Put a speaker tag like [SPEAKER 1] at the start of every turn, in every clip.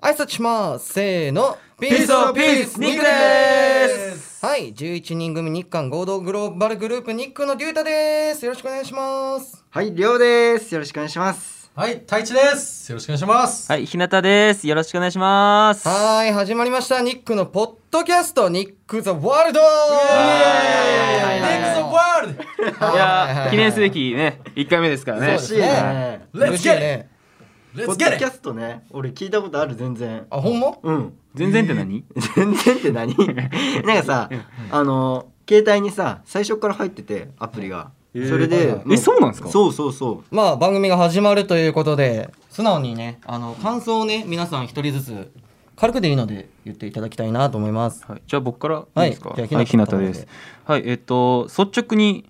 [SPEAKER 1] 挨拶しますせーのピ
[SPEAKER 2] ースオブピースニックです
[SPEAKER 1] はい11人組日韓合同グローバルグループニックのデュータですよろしくお願いします
[SPEAKER 3] はい、りょうです。よろしくお願いします。
[SPEAKER 2] はい、太一です。よろしくお願いします。
[SPEAKER 4] はい、ひなたです。よろしくお願いします。
[SPEAKER 1] はーい始まりましたニックのポッドキャストニック・ザ・ワールド
[SPEAKER 2] イエ
[SPEAKER 1] はい
[SPEAKER 2] ーイ Take the world!
[SPEAKER 4] いやー、記念すべ
[SPEAKER 1] き
[SPEAKER 4] きね、1回目ですからね
[SPEAKER 1] そう。です
[SPEAKER 3] 嬉しい
[SPEAKER 1] ね
[SPEAKER 3] ね。
[SPEAKER 2] Let's
[SPEAKER 1] 嬉しいね
[SPEAKER 2] Let's
[SPEAKER 3] ポッ
[SPEAKER 2] get
[SPEAKER 3] ド
[SPEAKER 2] it!
[SPEAKER 3] キャストね、俺聞いたことある、全然。
[SPEAKER 1] あほんま
[SPEAKER 3] うん。
[SPEAKER 4] 全然って何
[SPEAKER 3] 全然って何 なんかさ、あの、携帯にさ、最初から入ってて、アプリが。それ
[SPEAKER 1] はい
[SPEAKER 3] で
[SPEAKER 1] は、い
[SPEAKER 3] も
[SPEAKER 4] え、そうなんですか
[SPEAKER 3] そうそうそう。
[SPEAKER 1] まあ番組が始まるということで素直にねあの感想をね皆さん一人ずつ軽くでいいので言っていただきたいなと思います
[SPEAKER 4] はい、じゃあ僕から
[SPEAKER 1] はい
[SPEAKER 4] いいですか、
[SPEAKER 1] じゃあ
[SPEAKER 4] はい、
[SPEAKER 1] ひ
[SPEAKER 4] ひ
[SPEAKER 1] な
[SPEAKER 4] な
[SPEAKER 1] た
[SPEAKER 4] たです。はい、えっ、と率直に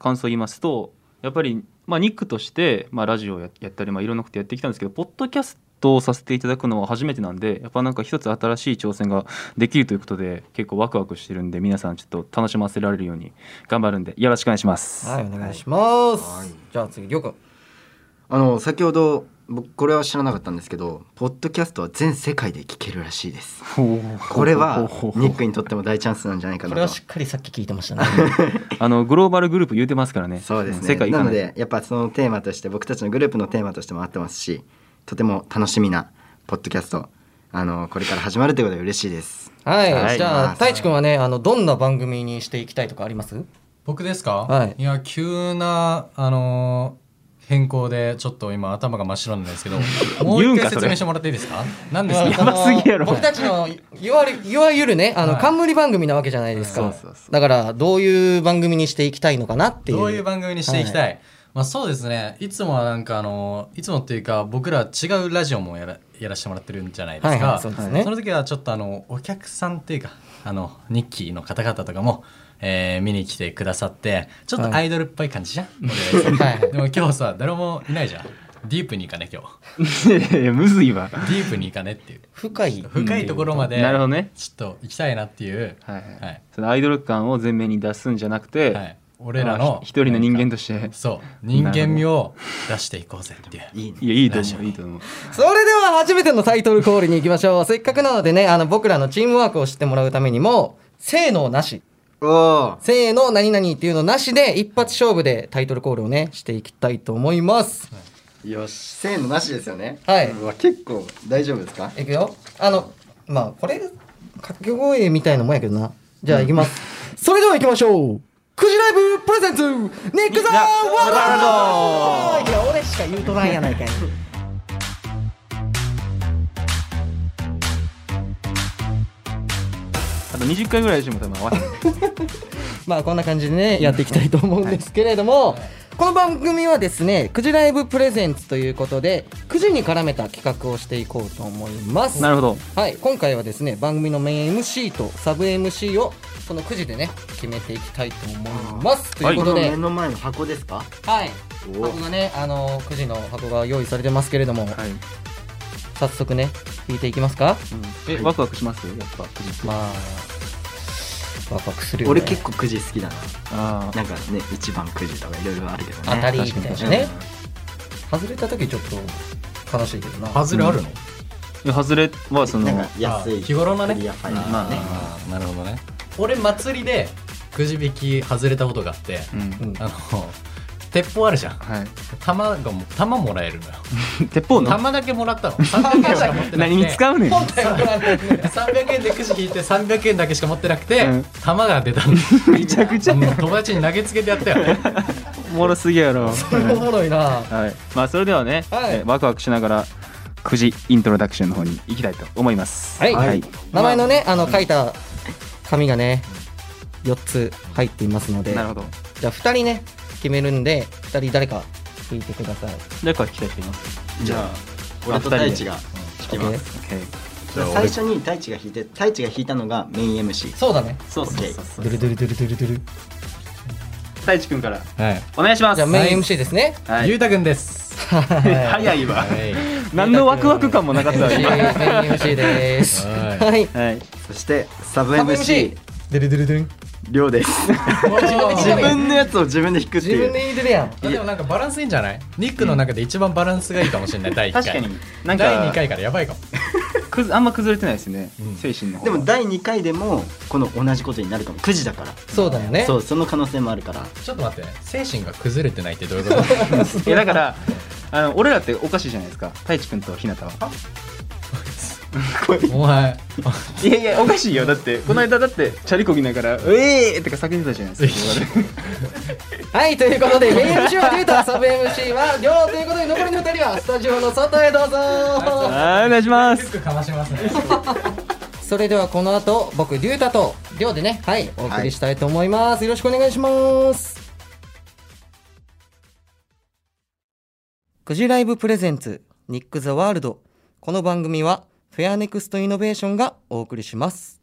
[SPEAKER 4] 感想を言いますと、やっぱりまあニックとしてまあラジオをややったりまあいろんなことやってきたんですけど、ポッドキャストをさせていただくのは初めてなんで、やっぱなんか一つ新しい挑戦ができるということで、結構ワクワクしてるんで、皆さんちょっと楽しませられるように頑張るんでよろしくお願いします。
[SPEAKER 1] はいお願いします、
[SPEAKER 3] はい
[SPEAKER 1] じゃあ次りょうくん
[SPEAKER 3] あの、先ほど、僕、これは知らなかったんですけど、ポッドキャストは全世界で聞けるらしいです。
[SPEAKER 4] ほうほうほう
[SPEAKER 3] これは
[SPEAKER 4] ほうほ、うほう
[SPEAKER 3] ニックにとっても大チャンスなんじゃないか
[SPEAKER 1] こ
[SPEAKER 3] な
[SPEAKER 1] れは
[SPEAKER 3] と
[SPEAKER 1] し。っかりさっき聞いてましたね
[SPEAKER 4] あのグローバルグループ言うてますからね。
[SPEAKER 3] そうですね。
[SPEAKER 4] 世界行
[SPEAKER 3] な
[SPEAKER 4] か
[SPEAKER 3] の
[SPEAKER 4] ない。
[SPEAKER 3] で、やっぱそのテーマとして、僕たちのグループのテーマとしても合ってますし、とても楽しみなポッドキャスト、あの、これから始まるということで嬉しいです。
[SPEAKER 1] はい、
[SPEAKER 4] はい
[SPEAKER 1] じゃあ太一くんはねあのどんな番組にしていきたいとかあります
[SPEAKER 2] 僕ですか、
[SPEAKER 1] はい
[SPEAKER 2] や、急な、あのー変更でちょっと今頭が真っ白なんですけどもう
[SPEAKER 4] 言う
[SPEAKER 2] 一
[SPEAKER 4] んか
[SPEAKER 2] 回
[SPEAKER 4] それ
[SPEAKER 2] 説明してもらっていいですか何です
[SPEAKER 1] まあ
[SPEAKER 2] か
[SPEAKER 4] やばすぎやろ
[SPEAKER 1] あの僕たちのいわゆるいわゆるねあの
[SPEAKER 2] はい
[SPEAKER 1] 冠番組なわけじゃないですか、
[SPEAKER 3] そうそうそう
[SPEAKER 1] だからどういう番組にしていきたいのかなっていう
[SPEAKER 2] どういう番組にしていきたい、
[SPEAKER 1] は
[SPEAKER 2] まあそうですねいつもはなんかあのいつもっていうか僕ら違うラジオもやらやらしてもらってるんじゃないですか、
[SPEAKER 1] はいはいそうですね
[SPEAKER 2] その時はちょっとあのお客さんっていうかあのニッキーの方々とかも、えー見に来てくださってちょっとアイドルっぽい感じ じゃん、俺ら
[SPEAKER 1] はいはい
[SPEAKER 2] でも今日さ誰もいないじゃんディープに行かね今日
[SPEAKER 4] いやいや むずいわ。
[SPEAKER 2] ディープに行かねっていう
[SPEAKER 1] 深い
[SPEAKER 2] 深いところまで
[SPEAKER 4] なるほどね。
[SPEAKER 2] ちょっと行きたいなっていう、
[SPEAKER 4] はいはい
[SPEAKER 2] はい
[SPEAKER 4] そのアイドル感を前面に出すんじゃなくて、
[SPEAKER 2] はい、俺らの
[SPEAKER 4] ひ一人の人間として
[SPEAKER 2] そう人間味を出していこうぜっていう
[SPEAKER 3] いいね。
[SPEAKER 4] いやいいと思ういいと思う
[SPEAKER 1] それでは初めてのタイトルコールに行きましょうせっかくなのでねあの僕らのチームワークを知ってもらうためにもせーのなし
[SPEAKER 3] おお。
[SPEAKER 1] せーの何々っていうのなしで一発勝負でタイトルコールをねしていきたいと思います
[SPEAKER 3] よし。せーのなしですよね。
[SPEAKER 1] はいう
[SPEAKER 3] わ結構大丈夫ですか。
[SPEAKER 1] いくよあのまあこれ掛け声みたいなもんやけどなじゃあ行きます、 それでは行きましょうクジライブプレゼンツニック・ザ・ワールドいや俺しか言うとないやない かい
[SPEAKER 4] あと20回ぐらいしても多分合わへん
[SPEAKER 1] まあこんな感じでねやっていきたいと思うんですけれども、この番組はですね「くじライブプレゼンツ」ということでくじに絡めた企画をしていこうと思います
[SPEAKER 4] なるほど
[SPEAKER 1] はい、今回はですね番組のメイン MC とサブ MC をそのくじでね決めていきたいと思いますというこ
[SPEAKER 3] ことの
[SPEAKER 1] で、
[SPEAKER 3] 目の前の箱ですか。
[SPEAKER 1] はい
[SPEAKER 3] お
[SPEAKER 1] 箱がねあのくじの箱が用意されてますけれども、
[SPEAKER 4] はい、
[SPEAKER 1] 早速ね引いていきますか
[SPEAKER 4] え、ワクワクしますやっぱ
[SPEAKER 1] まあワクワクするよ、ね、
[SPEAKER 3] 俺結構くじ好きだな。
[SPEAKER 4] あ
[SPEAKER 3] なんかね一番くじとかいろいろあるけどね。
[SPEAKER 1] 当たりみ
[SPEAKER 4] 確か
[SPEAKER 1] た
[SPEAKER 4] に
[SPEAKER 1] いなね外れた時ちょっと悲しいけどな
[SPEAKER 2] ズレあるの、
[SPEAKER 4] あ外れはそ
[SPEAKER 3] うん
[SPEAKER 4] の
[SPEAKER 3] なんか安い。
[SPEAKER 2] あ日頃のね
[SPEAKER 3] クリアファイル
[SPEAKER 4] まあね
[SPEAKER 2] あーなるほどね俺祭りでくじ引き外れたことがあって、
[SPEAKER 4] うん、
[SPEAKER 1] うん
[SPEAKER 2] あの鉄砲あるじゃん
[SPEAKER 4] はい
[SPEAKER 2] 弾がも弾もらえるのよ
[SPEAKER 4] 鉄砲の
[SPEAKER 2] 弾だけもらった の300円しか持ってなくて
[SPEAKER 4] 何に使うねん
[SPEAKER 1] 本 体はなんかね
[SPEAKER 2] 300円でくじ引いて300円だけしか持ってなくて、
[SPEAKER 4] うん
[SPEAKER 2] 弾が出たの
[SPEAKER 4] めちゃくちゃ
[SPEAKER 2] もう友達に投げつけてやった よ
[SPEAKER 4] おもろすぎやろ
[SPEAKER 1] これおもろいな
[SPEAKER 4] はい、まあそれではね、
[SPEAKER 1] はい
[SPEAKER 4] えワクワクしながら9時イントロダクションの方に行きたいと思います
[SPEAKER 1] はい
[SPEAKER 4] はい、
[SPEAKER 1] 名前のねあの書いた紙がね4つ入っていますので
[SPEAKER 4] なるほど
[SPEAKER 1] じゃあ2人ね決めるんで2人誰か引いてください
[SPEAKER 4] 誰か聞きたい人います
[SPEAKER 3] じゃあ俺と
[SPEAKER 4] あ二人で
[SPEAKER 3] 太一が引きま
[SPEAKER 1] OK
[SPEAKER 3] す。
[SPEAKER 4] OK
[SPEAKER 3] じゃあ最初に太一が引いて太一が引いたのがメイン MC。
[SPEAKER 1] そうだね
[SPEAKER 4] そうそうそう
[SPEAKER 1] ド
[SPEAKER 4] そ
[SPEAKER 1] ゥル
[SPEAKER 4] う
[SPEAKER 1] ドゥルドゥルドゥルドゥル
[SPEAKER 4] 太一くんから
[SPEAKER 2] はい、
[SPEAKER 4] お願いします
[SPEAKER 1] じゃあメイン MC ですね
[SPEAKER 4] はい
[SPEAKER 2] ゆうたくんです、
[SPEAKER 4] 早いわ
[SPEAKER 2] はい
[SPEAKER 4] 何のワクワク感もなかったわ
[SPEAKER 1] MC
[SPEAKER 4] 今
[SPEAKER 1] メイン MC です
[SPEAKER 2] はい
[SPEAKER 1] はい
[SPEAKER 4] はい
[SPEAKER 3] そしてサブ
[SPEAKER 1] サブ MC
[SPEAKER 3] MC
[SPEAKER 1] ドゥルドゥルドゥ ル
[SPEAKER 3] りょうです。 自分のやつを自分で引くって
[SPEAKER 1] 自
[SPEAKER 3] い
[SPEAKER 1] 分
[SPEAKER 3] う。
[SPEAKER 1] で入れるやん
[SPEAKER 2] あでもなんかバランスいいんじゃないニックの中で一番バランスがいいかもしれない、第1回
[SPEAKER 4] 確かになん
[SPEAKER 2] 第2
[SPEAKER 4] か
[SPEAKER 2] 回からやばいかも
[SPEAKER 4] くずあんま崩れてないですね、
[SPEAKER 2] うん
[SPEAKER 4] 精神の方
[SPEAKER 3] で
[SPEAKER 4] は
[SPEAKER 3] も第2回でもこの同じことになるかも9時だから
[SPEAKER 1] そうだよね
[SPEAKER 3] そうその可能性もあるから
[SPEAKER 2] ちょっと待って精神が崩れてないってどういうこと
[SPEAKER 4] いやだからあの俺らっておかしいじゃないですか太一君とひなたは
[SPEAKER 2] お前
[SPEAKER 4] いやいやおかしいよだってこの間だってチャリこぎながら「うえー!」ってか叫んでたじゃないですか
[SPEAKER 1] はいということでメイン MC はデュータサブ MC はりょうということで残りの2人はスタジオの外へどうぞ
[SPEAKER 4] はいお願いしま
[SPEAKER 2] ックかましますね
[SPEAKER 1] それではこの後僕リュウタとリョウでねはいお送りしたいと思います、よろしくお願いしますクジライブプレゼンツニック・ザ・ワールドこの番組はフェアネクストイノベーションがお送りします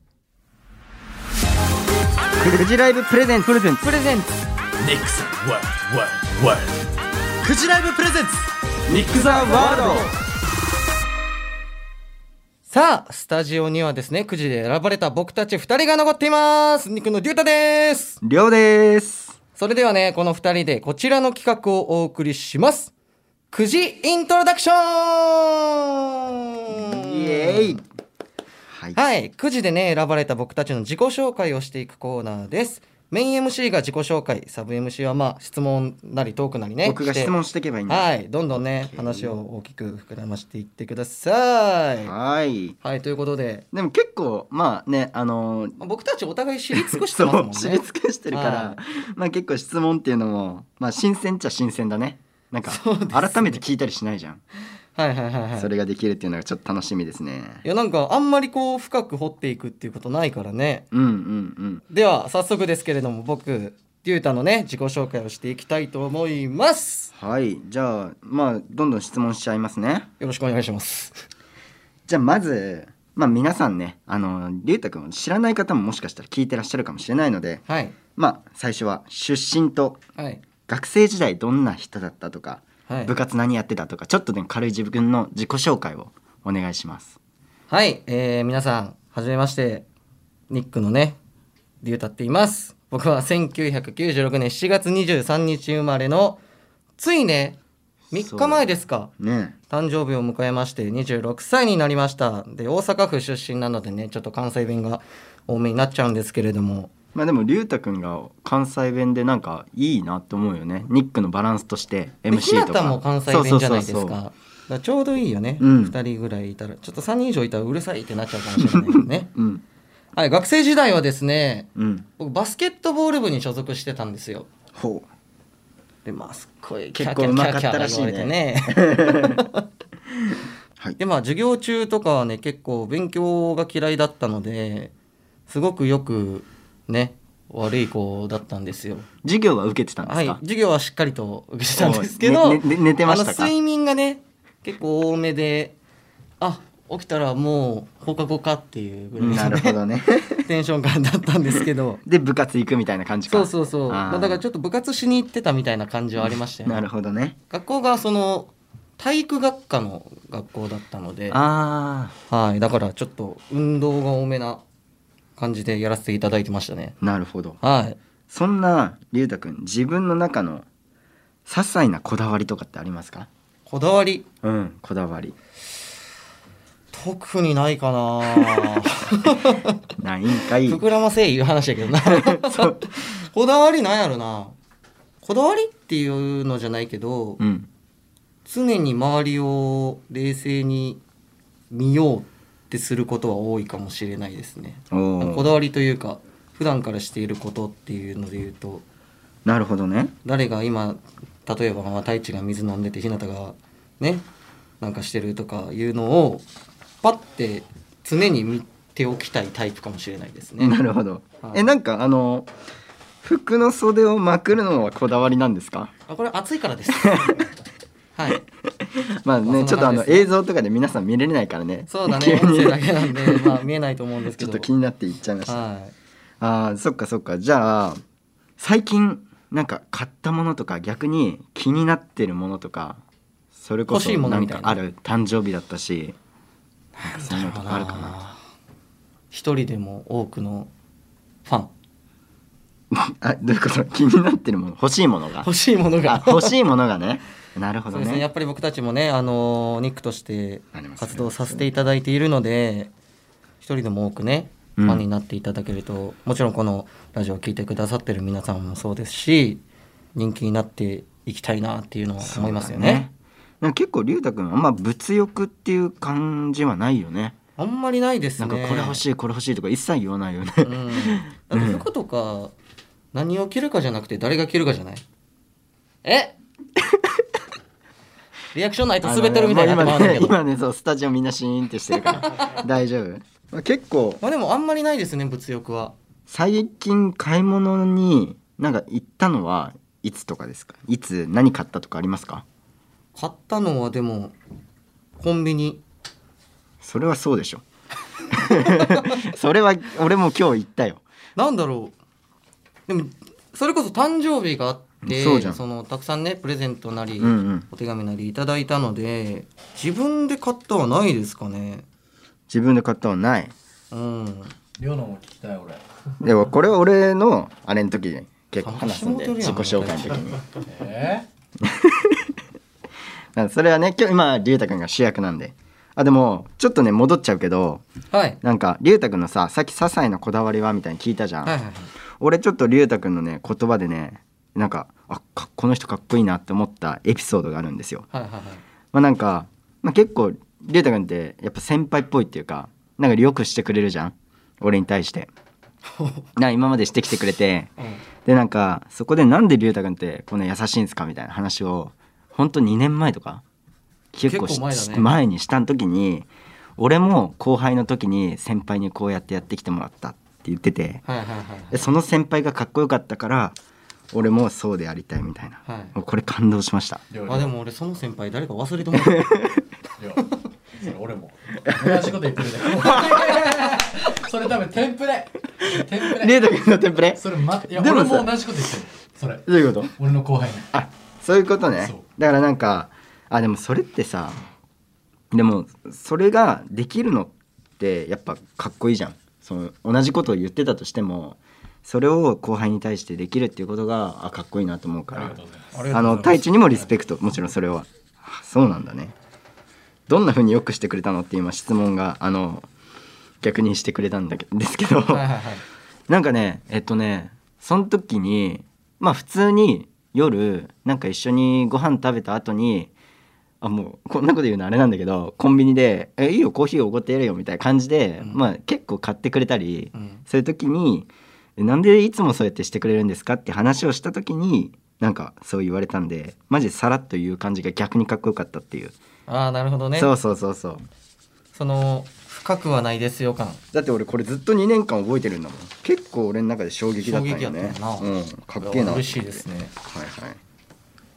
[SPEAKER 3] 9時ライブプレゼンプレゼン
[SPEAKER 1] プレゼンツ
[SPEAKER 2] ニックスワールドワールドワールドクジライブプレゼンツニックザワール
[SPEAKER 1] さあスタジオにはですねくじで選ばれた僕たち2人が残っていますニックのリュウタです
[SPEAKER 3] りょうです
[SPEAKER 1] それではね、この二人でこちらの企画をお送りします。くじイントロダクショ
[SPEAKER 3] イ
[SPEAKER 1] ン
[SPEAKER 3] エーイはい、
[SPEAKER 1] はい、くじでね、選ばれた僕たちの自己紹介をしていくコーナーです。メイン MC が自己紹介、サブ MC はまあ質問なりトークなりね。
[SPEAKER 3] 僕が
[SPEAKER 1] して
[SPEAKER 3] 質問していけばいいんだ
[SPEAKER 1] はい、どんどんね、
[SPEAKER 3] OK
[SPEAKER 1] 話を大きく膨らましていってください。
[SPEAKER 3] はい
[SPEAKER 1] はい、ということで、
[SPEAKER 3] でも結構まあねあのー
[SPEAKER 1] まあ僕たちお互い知り尽くして
[SPEAKER 3] そ
[SPEAKER 1] ますもん
[SPEAKER 3] う
[SPEAKER 1] ね。
[SPEAKER 3] 知り尽くしてるから、
[SPEAKER 1] は
[SPEAKER 3] まあ結構質問っていうのもまあ新鮮っちゃ新鮮だねなんか
[SPEAKER 1] そうですね
[SPEAKER 3] 改めて聞いたりしないじゃん、
[SPEAKER 1] はいはいはいはい。
[SPEAKER 3] それができるっていうのがちょっと楽しみですね
[SPEAKER 1] いやなんかあんまりこう深く掘っていくっていうことないからね。
[SPEAKER 3] うんうん
[SPEAKER 1] では早速ですけれども僕デュータのね自己紹介をしていきたいと思います
[SPEAKER 3] うんはいじゃあまあどんどん質問しちゃいますね
[SPEAKER 1] よろしくお願いします
[SPEAKER 3] じゃあまずまあ皆さんねあのりゅうたくんを知らない方ももしかしたら聞いてらっしゃるかもしれないので
[SPEAKER 1] はい
[SPEAKER 3] まあ最初は出身と
[SPEAKER 1] はい
[SPEAKER 3] 学生時代どんな人だったとか、
[SPEAKER 1] はい
[SPEAKER 3] 部活何やってたとかちょっとでも軽い自分の自己紹介をお願いします
[SPEAKER 1] はい、えー、皆さんはじめましてニックのねデュータって言います僕は1996年7月23日生まれのついね3日前ですか
[SPEAKER 3] ね
[SPEAKER 1] 誕生日を迎えまして26歳になりましたで大阪府出身なのでねちょっと関西弁が多めになっちゃうんですけれども
[SPEAKER 3] えまあでもりゅうたくんが関西弁でなんかいいなって思うよねニックのバランスとして
[SPEAKER 1] でひな
[SPEAKER 3] MC と
[SPEAKER 1] た
[SPEAKER 3] か
[SPEAKER 1] も関西弁じゃないですか
[SPEAKER 3] そうそうそうそう
[SPEAKER 1] だからちょうどいいよね、
[SPEAKER 3] うん
[SPEAKER 1] 2人ぐらいいたらちょっと3人以上いたらうるさいってなっちゃうかもしれないけど ね
[SPEAKER 3] うん
[SPEAKER 1] はい学生時代はですね
[SPEAKER 3] うん
[SPEAKER 1] 僕バスケットボール部に所属してたんですよ
[SPEAKER 3] ほう
[SPEAKER 1] でまあすっごいキャ
[SPEAKER 3] 結
[SPEAKER 1] ーキャ
[SPEAKER 3] 構う
[SPEAKER 1] ーキ
[SPEAKER 3] ま
[SPEAKER 1] ャ
[SPEAKER 3] か
[SPEAKER 1] ー
[SPEAKER 3] っ
[SPEAKER 1] キャ
[SPEAKER 3] たら
[SPEAKER 1] ー
[SPEAKER 3] し
[SPEAKER 1] 言
[SPEAKER 3] い
[SPEAKER 1] われ
[SPEAKER 3] ね
[SPEAKER 1] てね
[SPEAKER 3] はい
[SPEAKER 1] でまあ授業中とかはね結構勉強が嫌いだったのですごくよくね悪い子だったんですよ
[SPEAKER 3] 授業は受けてたんです
[SPEAKER 1] はい
[SPEAKER 3] か、
[SPEAKER 1] 授業はしっかりと受けてたんですけど、
[SPEAKER 3] おいねねね寝てましたか
[SPEAKER 1] あの睡眠がね結構多めであ起きたらもう放課後かっていう ぐらいの、ね、
[SPEAKER 3] なるほどね
[SPEAKER 1] テンション感だったんですけど
[SPEAKER 3] で部活行くみたいな感じか
[SPEAKER 1] そうそうそう
[SPEAKER 3] あー
[SPEAKER 1] まあだからちょっと部活しに行ってたみたいな感じはありましたよ
[SPEAKER 3] な
[SPEAKER 1] ね
[SPEAKER 3] るほどね
[SPEAKER 1] 学校がその体育学科の学校だったので
[SPEAKER 3] あ
[SPEAKER 1] はいだからちょっと運動が多めな感じでやらせていただいてましたね
[SPEAKER 3] あなるほど
[SPEAKER 1] はい
[SPEAKER 3] そんなりゅうたくん自分の中の些細なこだわりとかってありますか
[SPEAKER 1] こだわり
[SPEAKER 3] うんこだわり
[SPEAKER 1] 特にないかな
[SPEAKER 3] ないんかい
[SPEAKER 1] 膨らませいう話やけどな
[SPEAKER 3] そう
[SPEAKER 1] こだわりなんやろなこだわりっていうのじゃないけど、
[SPEAKER 3] うん
[SPEAKER 1] 常に周りを冷静に見ようってすることは多いかもしれないですね
[SPEAKER 3] お
[SPEAKER 1] こ
[SPEAKER 3] ー
[SPEAKER 1] だわりというか普段からしていることっていうので言うと
[SPEAKER 3] なるほどね
[SPEAKER 1] 誰が今例えばまあ太一が水飲んでて日向がねなんかしてるとかいうのをパッて常に見ておきたいタイプかもしれないですね。
[SPEAKER 3] なるほど
[SPEAKER 1] はい
[SPEAKER 3] えなんかあの服の袖をまくるのはこだわりなんですか
[SPEAKER 1] あこれ暑いから です。はい。
[SPEAKER 3] ま
[SPEAKER 1] ま
[SPEAKER 3] あ
[SPEAKER 1] あそんな感
[SPEAKER 3] ね
[SPEAKER 1] じ
[SPEAKER 3] ちょっとあの
[SPEAKER 1] ですね
[SPEAKER 3] 映像とかで皆さん見れないからね
[SPEAKER 1] そうだね。
[SPEAKER 3] 急
[SPEAKER 1] 音
[SPEAKER 3] に
[SPEAKER 1] 声だけなんで、まあ見えないと思うんですけ
[SPEAKER 3] ちょっ
[SPEAKER 1] ど。
[SPEAKER 3] と気になって言っちゃいました
[SPEAKER 1] はい。
[SPEAKER 3] あーそっかそっかじゃあ最近なんか買ったものとか逆に気になってるものとかそれこ
[SPEAKER 1] 欲しい
[SPEAKER 3] そ
[SPEAKER 1] もの
[SPEAKER 3] な
[SPEAKER 1] み
[SPEAKER 3] ん
[SPEAKER 1] たい
[SPEAKER 3] か
[SPEAKER 1] な
[SPEAKER 3] ある誕生日だったしそういうのとかあるかな
[SPEAKER 1] 一人でも多くのファン
[SPEAKER 3] あどういうこと気になってるもの欲しいものが
[SPEAKER 1] 欲しいもの
[SPEAKER 3] あ
[SPEAKER 1] が
[SPEAKER 3] 欲しいものがねなるほ
[SPEAKER 1] そ
[SPEAKER 3] ど
[SPEAKER 1] うです
[SPEAKER 3] ね
[SPEAKER 1] ねやっぱり僕たちもねあのーニックとして
[SPEAKER 3] ありますね
[SPEAKER 1] 活動させていただいているので一人でも多くね
[SPEAKER 3] う
[SPEAKER 1] フ
[SPEAKER 3] ん
[SPEAKER 1] ァンになっていただけると、もちろんこのラジオを聴いてくださってる皆さんもそうですし人気になっていきたいなっていうのは思いますよね
[SPEAKER 3] なんか結構龍太君あんま物欲っていう感じはないよね
[SPEAKER 1] あんまりないです
[SPEAKER 3] な
[SPEAKER 1] ね
[SPEAKER 3] んかこれ欲しいこれ欲しいとか一切言わないよね、
[SPEAKER 1] うん、だって服とか何を着るかじゃなくて誰が着るかじゃない えリアクションないと滑ってるみたいになってま
[SPEAKER 3] あ
[SPEAKER 1] うん
[SPEAKER 3] の
[SPEAKER 1] だ
[SPEAKER 3] ね
[SPEAKER 1] け
[SPEAKER 3] 今
[SPEAKER 1] ど
[SPEAKER 3] ね今ねそうスタジオみんなシーンってしてるから 大丈夫、まあ、結構
[SPEAKER 1] まあでもあんまりないですね物欲は
[SPEAKER 3] 最近買い物になんか行ったのはいつとかですかいつ何買ったとかありますか
[SPEAKER 1] 買ったのはでもコンビニ
[SPEAKER 3] それはそうでし ょそれは俺も今日行ったよ
[SPEAKER 1] なんだろうでもそれこそ誕生日があって
[SPEAKER 3] そうじゃん
[SPEAKER 1] のたくさんねプレゼントなり、
[SPEAKER 3] うんうん
[SPEAKER 1] お手紙なりいただいたので自分で買ったはないですかね
[SPEAKER 3] 自分で買ったのない
[SPEAKER 1] うん
[SPEAKER 2] 量のも聞きたい俺
[SPEAKER 3] でもこれは俺のあれの時に結構話すんで
[SPEAKER 1] 楽し
[SPEAKER 3] 自己
[SPEAKER 1] もうとるや
[SPEAKER 3] 紹
[SPEAKER 1] ん
[SPEAKER 3] 介の時に
[SPEAKER 2] え
[SPEAKER 3] なんかそれはね今日今龍太君が主役なんであでもちょっとね戻っちゃうけど
[SPEAKER 1] はい
[SPEAKER 3] なんか龍太君のささっき些細なこだわりはみたいに聞いたじゃん、
[SPEAKER 1] はいはいはい
[SPEAKER 3] 俺ちょっと龍太君のね言葉でねなんかあかこの人かっこいいなって思ったエピソードがあるんですよ
[SPEAKER 1] はいはいはい
[SPEAKER 3] まあなんか、まあ、結構龍太君ってやっぱ先輩っぽいっていうかなんかよくしてくれるじゃん俺に対してなんか今までしてきてくれて
[SPEAKER 1] うん
[SPEAKER 3] でなんかそこでなんで龍太君ってこんな優しいんですかみたいな話を本当2年前とか結構
[SPEAKER 1] 結構前だね
[SPEAKER 3] し前にした時に俺も後輩の時に先輩にこうやってやってきてもらったって言ってて
[SPEAKER 1] はいはいはい
[SPEAKER 3] でその先輩がかっこよかったから俺もそうでありたいみたいな、
[SPEAKER 1] はい
[SPEAKER 3] もうこれ感動しました
[SPEAKER 2] 量
[SPEAKER 1] あでも俺その先輩誰か忘れても らった
[SPEAKER 2] 量それ俺も同じこと言ってるねそれ多分テンプレテンプレ
[SPEAKER 3] 龍太君のテンプレ
[SPEAKER 2] それまいや
[SPEAKER 3] でも
[SPEAKER 2] 俺
[SPEAKER 3] さ
[SPEAKER 2] も同じこと言ってるそれ
[SPEAKER 3] どういうこと
[SPEAKER 2] 俺の後輩ね
[SPEAKER 3] あそういうことね
[SPEAKER 2] そう
[SPEAKER 3] だからなんかあでもそれってさでもそれができるのってやっぱかっこいいじゃんその同じことを言ってたとしてもそれを後輩に対してできるっていうことがあかっこいいなと思うか
[SPEAKER 2] あり
[SPEAKER 3] ら
[SPEAKER 2] がとうございます
[SPEAKER 3] あの太一にもリスペクトもちろんそれはあそうなんだねどんな風によくしてくれたのって今質問があの逆にしてくれたんだけですけど、
[SPEAKER 1] はいはいはい
[SPEAKER 3] なんかねえっとねその時にまあ普通に夜なんか一緒にご飯食べた後にあもうこんなこと言うのあれなんだけどコンビニで「えいいよコーヒーおごってやるよ」みたいな感じで、
[SPEAKER 1] うん
[SPEAKER 3] まあ結構買ってくれたり、
[SPEAKER 1] うん
[SPEAKER 3] そういう時に「えなんでいつもそうやってしてくれるんですか?」って話をした時になんかそう言われたんでマジでさらっと言う感じが逆にかっこよかったっていう、
[SPEAKER 1] ああなるほどね
[SPEAKER 3] そうそうそうそう
[SPEAKER 1] その深くはないですよ感
[SPEAKER 3] だって俺これずっと2年間覚えてるんだもん結構俺の中で衝撃だったんよね
[SPEAKER 1] 衝撃やったよな
[SPEAKER 3] うん、かっけえな
[SPEAKER 1] 嬉しいですね、
[SPEAKER 3] はいはい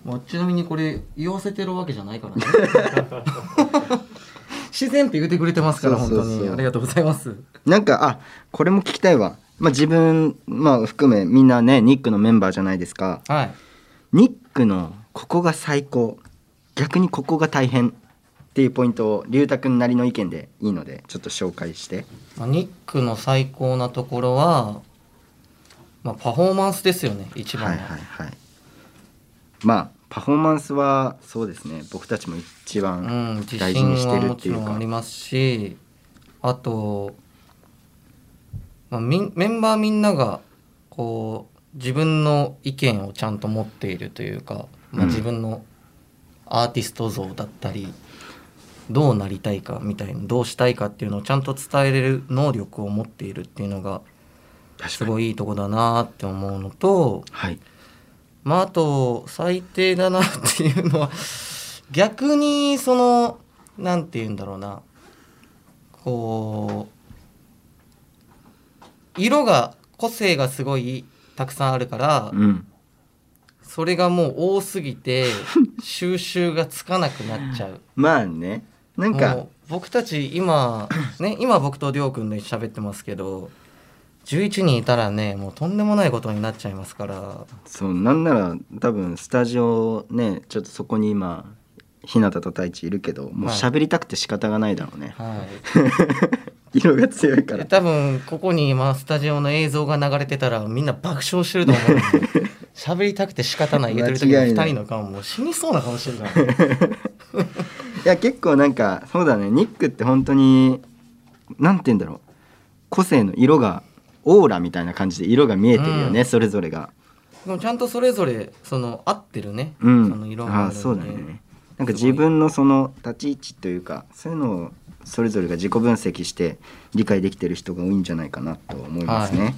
[SPEAKER 1] まあ、ちなみにこれ言わせてるわけじゃないからね 自然って言ってくれてますから
[SPEAKER 3] そ
[SPEAKER 1] 本
[SPEAKER 3] うそうそ
[SPEAKER 1] 当
[SPEAKER 3] う
[SPEAKER 1] にありがとうございます
[SPEAKER 3] なんかあこれも聞きたいわ、まあ、自分、まあ、含めみんなねニックのメンバーじゃないですか
[SPEAKER 1] はい
[SPEAKER 3] ニックのここが最高逆にここが大変っていうポイントを龍太くんなりの意見でいいのでちょっと紹介して
[SPEAKER 1] まあニックの最高なところは、まあ、パフォーマンスですよね一番は、
[SPEAKER 3] はいはいはいまあパフォーマンスはそうですね僕たちも
[SPEAKER 1] う
[SPEAKER 3] 一
[SPEAKER 1] ん、
[SPEAKER 3] 番
[SPEAKER 1] 自
[SPEAKER 3] 大事
[SPEAKER 1] 信
[SPEAKER 3] にして
[SPEAKER 1] は
[SPEAKER 3] る
[SPEAKER 1] も
[SPEAKER 3] って
[SPEAKER 1] ち
[SPEAKER 3] い
[SPEAKER 1] ろ
[SPEAKER 3] うんか
[SPEAKER 1] ありますしあと、まあ、みんメンバーみんながこう自分の意見をちゃんと持っているというか、まあ、
[SPEAKER 3] うん
[SPEAKER 1] 自分のアーティスト像だったり、どうなりたいかみたいなどうしたいかっていうのをちゃんと伝えれる能力を持っているっていうのが
[SPEAKER 3] 確
[SPEAKER 1] す
[SPEAKER 3] かに
[SPEAKER 1] ごいいいとこだなって思うのと
[SPEAKER 3] はい
[SPEAKER 1] まああと最低だなっていうのは逆にそのなんて言うんだろうなこう色が個性がすごいたくさんあるから、
[SPEAKER 3] うん
[SPEAKER 1] それがもう多すぎて収集がつかなくなっちゃう。
[SPEAKER 3] まあね なんか
[SPEAKER 1] もう僕たち今ね今僕とりょうくんで喋ってますけど11人いたらねもうとんでもないことになっちゃいますから
[SPEAKER 3] そうなんなら多分スタジオねちょっとそこに今日向と太一いるけどもう
[SPEAKER 1] はい
[SPEAKER 3] 喋りたくて仕方がないだろうね、
[SPEAKER 1] はい。
[SPEAKER 3] 色が強いから
[SPEAKER 1] え多分ここに今スタジオの映像が流れてたらみんな爆笑してると思うん で喋りたくて仕方ない言ってる時に
[SPEAKER 3] 間違い
[SPEAKER 1] 2
[SPEAKER 3] ない
[SPEAKER 1] 人の顔もう死にそうな顔してるからね
[SPEAKER 3] いや結構なんかそうだねニックって本当になんて言うんだろう個性の色がオーラみたいな感じで色が見えてるよね、
[SPEAKER 1] うん
[SPEAKER 3] それぞれが
[SPEAKER 1] でもちゃんとそれぞれその合ってるね、
[SPEAKER 3] うん
[SPEAKER 1] その色があ
[SPEAKER 3] あ
[SPEAKER 1] るんで
[SPEAKER 3] そうだねなんか自分のその立ち位置というかそういうのをそれぞれが自己分析して理解できてる人が多いんじゃないかなと思いますね、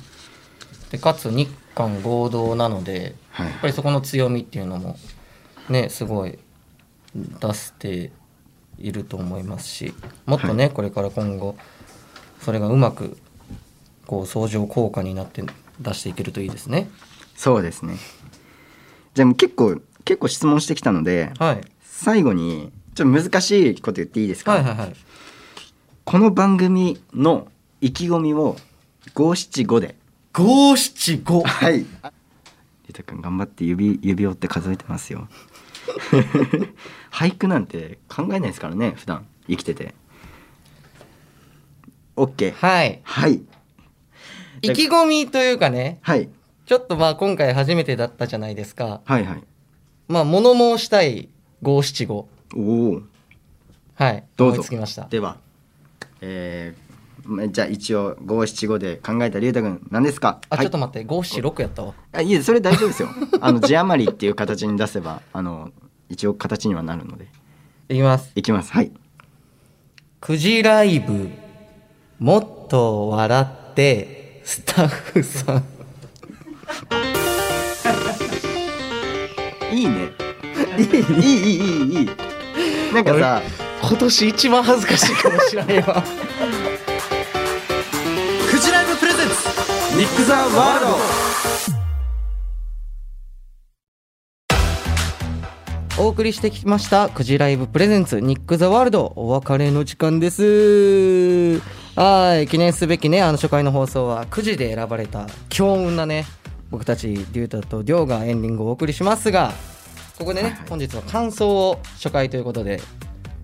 [SPEAKER 1] でかつ日韓合同なので
[SPEAKER 3] はい
[SPEAKER 1] やっぱりそこの強みっていうのもねすごい出していると思いますしもっとね、これから今後それがうまくこう相乗効果になって出していけるといいですね。
[SPEAKER 3] そうですねじゃあもう結構結構質問してきたので
[SPEAKER 1] はい、
[SPEAKER 3] 最後にちょっと難しいこと言っていいですか、
[SPEAKER 1] はいはいはい
[SPEAKER 3] この番組の意気込みを五七五で
[SPEAKER 1] 五七五
[SPEAKER 3] はいゆうたくん頑張って指指折って数えてますよ 俳句なんて考えないですからね普段生きてて OK
[SPEAKER 1] はい
[SPEAKER 3] はい
[SPEAKER 1] 意気込みというかね
[SPEAKER 3] はい
[SPEAKER 1] ちょっとまあ今回初めてだったじゃないですか
[SPEAKER 3] はいはい
[SPEAKER 1] まあ物申したい五七五
[SPEAKER 3] おお
[SPEAKER 1] はい
[SPEAKER 3] どうぞ
[SPEAKER 1] 思いつきました
[SPEAKER 3] ではえーまじゃあ一応五七五で考えたりゅうたくん何ですか
[SPEAKER 1] あ、
[SPEAKER 3] は
[SPEAKER 1] ち
[SPEAKER 3] い
[SPEAKER 1] ょっと待って五七六やったわ
[SPEAKER 3] あいえそれ大丈夫で すよあの字余りっていう形に出せばあの一応形にはなるので
[SPEAKER 1] いきます
[SPEAKER 3] いきますはい
[SPEAKER 1] くじライブもっと笑ってスタッフさん
[SPEAKER 3] いいねいいいいいいいいなんかさ
[SPEAKER 1] 今年一番恥ずかしいかもしれないわ
[SPEAKER 2] クジライブプレゼンツ
[SPEAKER 3] 「ニック・ザ・ワールド
[SPEAKER 1] お送りしてきましたくじライブプレゼンツニック・ザ・ワールドお別れの時間ですはい記念すべきねあの初回の放送はくじで選ばれた強運なね僕たちリュウタとリョウがエンディングをお送りしますがここでね、
[SPEAKER 3] はいはい
[SPEAKER 1] 本日の感想を初回ということで」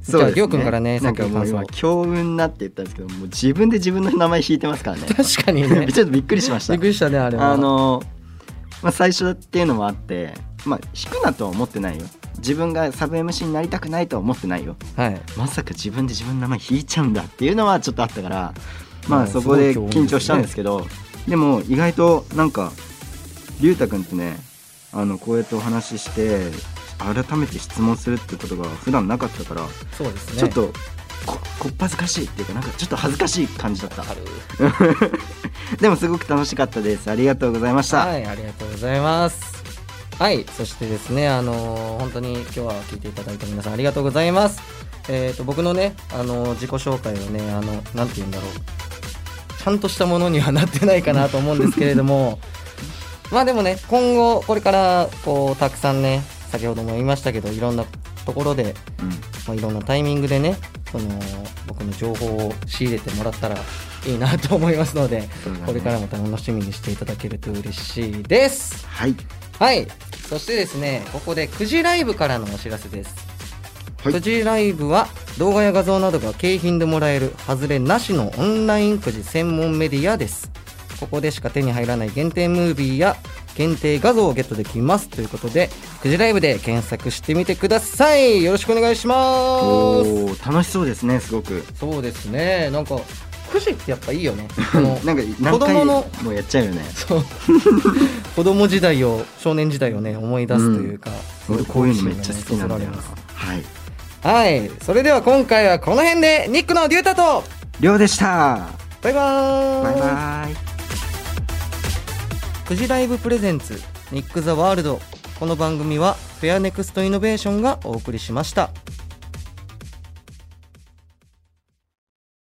[SPEAKER 3] そうです
[SPEAKER 1] じゃありょうくんからね
[SPEAKER 3] なんかも
[SPEAKER 1] さっ
[SPEAKER 3] う今
[SPEAKER 1] きの感想
[SPEAKER 3] 「強運な」って言ったんですけどもう自分で自分の名前引いてますからね
[SPEAKER 1] 確かにね
[SPEAKER 3] ちょっとびっくりしまし
[SPEAKER 1] び
[SPEAKER 3] た
[SPEAKER 1] っくりしたねあれは
[SPEAKER 3] あの、まあ、最初っていうのもあってまあ引くなとは思ってないよ自分がサブ MC になりたくないとは思ってないよ
[SPEAKER 1] はい
[SPEAKER 3] まさか自分で自分の名前引いちゃうんだっていうのはちょっとあったからま
[SPEAKER 1] まあ
[SPEAKER 3] あそこです
[SPEAKER 1] ごい興味
[SPEAKER 3] 緊張したんですけどでも意外となんか龍太君ってねあのこうやってお話しして改めて質問するってことが普段なかったから
[SPEAKER 1] そうですね
[SPEAKER 3] ちょっとここっぱずかしいっていうかなんかちょっと恥ずかしい感じだった
[SPEAKER 1] わかる
[SPEAKER 3] でもすごく楽しかったですありがとうございました、
[SPEAKER 1] はい、ありがとうございます。はい、そしてですね、あのー本当に今日は聞いていただいた皆さんありがとうございます。えっ、と、僕のね、あのー自己紹介をね、あの、なんて言うんだろう。ちゃんとしたものにはなってないかなと思うんですけれども、 まあでもね、今後、これから、こう、たくさんね、先ほども言いましたけど、いろんなところで、
[SPEAKER 3] うん
[SPEAKER 1] まあ、いろんなタイミングでね、その、僕の情報を仕入れてもらったらいいなと思いますので、
[SPEAKER 3] そうだね
[SPEAKER 1] これからも楽しみにしていただけると嬉しいです。
[SPEAKER 3] はい
[SPEAKER 1] はい。そしてですね、ここでくじライブからのお知らせです。
[SPEAKER 3] はい
[SPEAKER 1] くじライブは動画や画像などが景品でもらえる外れなしのオンラインくじ専門メディアです。ここでしか手に入らない限定ムービーや限定画像をゲットできますということで、くじライブで検索してみてください。よろしくお願いします。
[SPEAKER 3] おー楽しそうですねすごく
[SPEAKER 1] そうですね、なんかくじってやっぱいいよ ね。この
[SPEAKER 3] なんか
[SPEAKER 1] 子
[SPEAKER 3] 何回
[SPEAKER 1] 供
[SPEAKER 3] も
[SPEAKER 1] の
[SPEAKER 3] やっちゃうよね
[SPEAKER 1] そう 子供時代を少年時代をね思い出すというか、
[SPEAKER 3] 俺こういうのめっちゃ好きなんだよ
[SPEAKER 1] そそられ
[SPEAKER 3] なはい
[SPEAKER 1] ますはいそれでは今回はこの辺でニックのデュータと
[SPEAKER 3] りょうでした
[SPEAKER 1] バイバー
[SPEAKER 3] バイバイ
[SPEAKER 1] くじライブプレゼンツニック・ザ・ワールドこの番組はフェアネクストイノベーションがお送りしました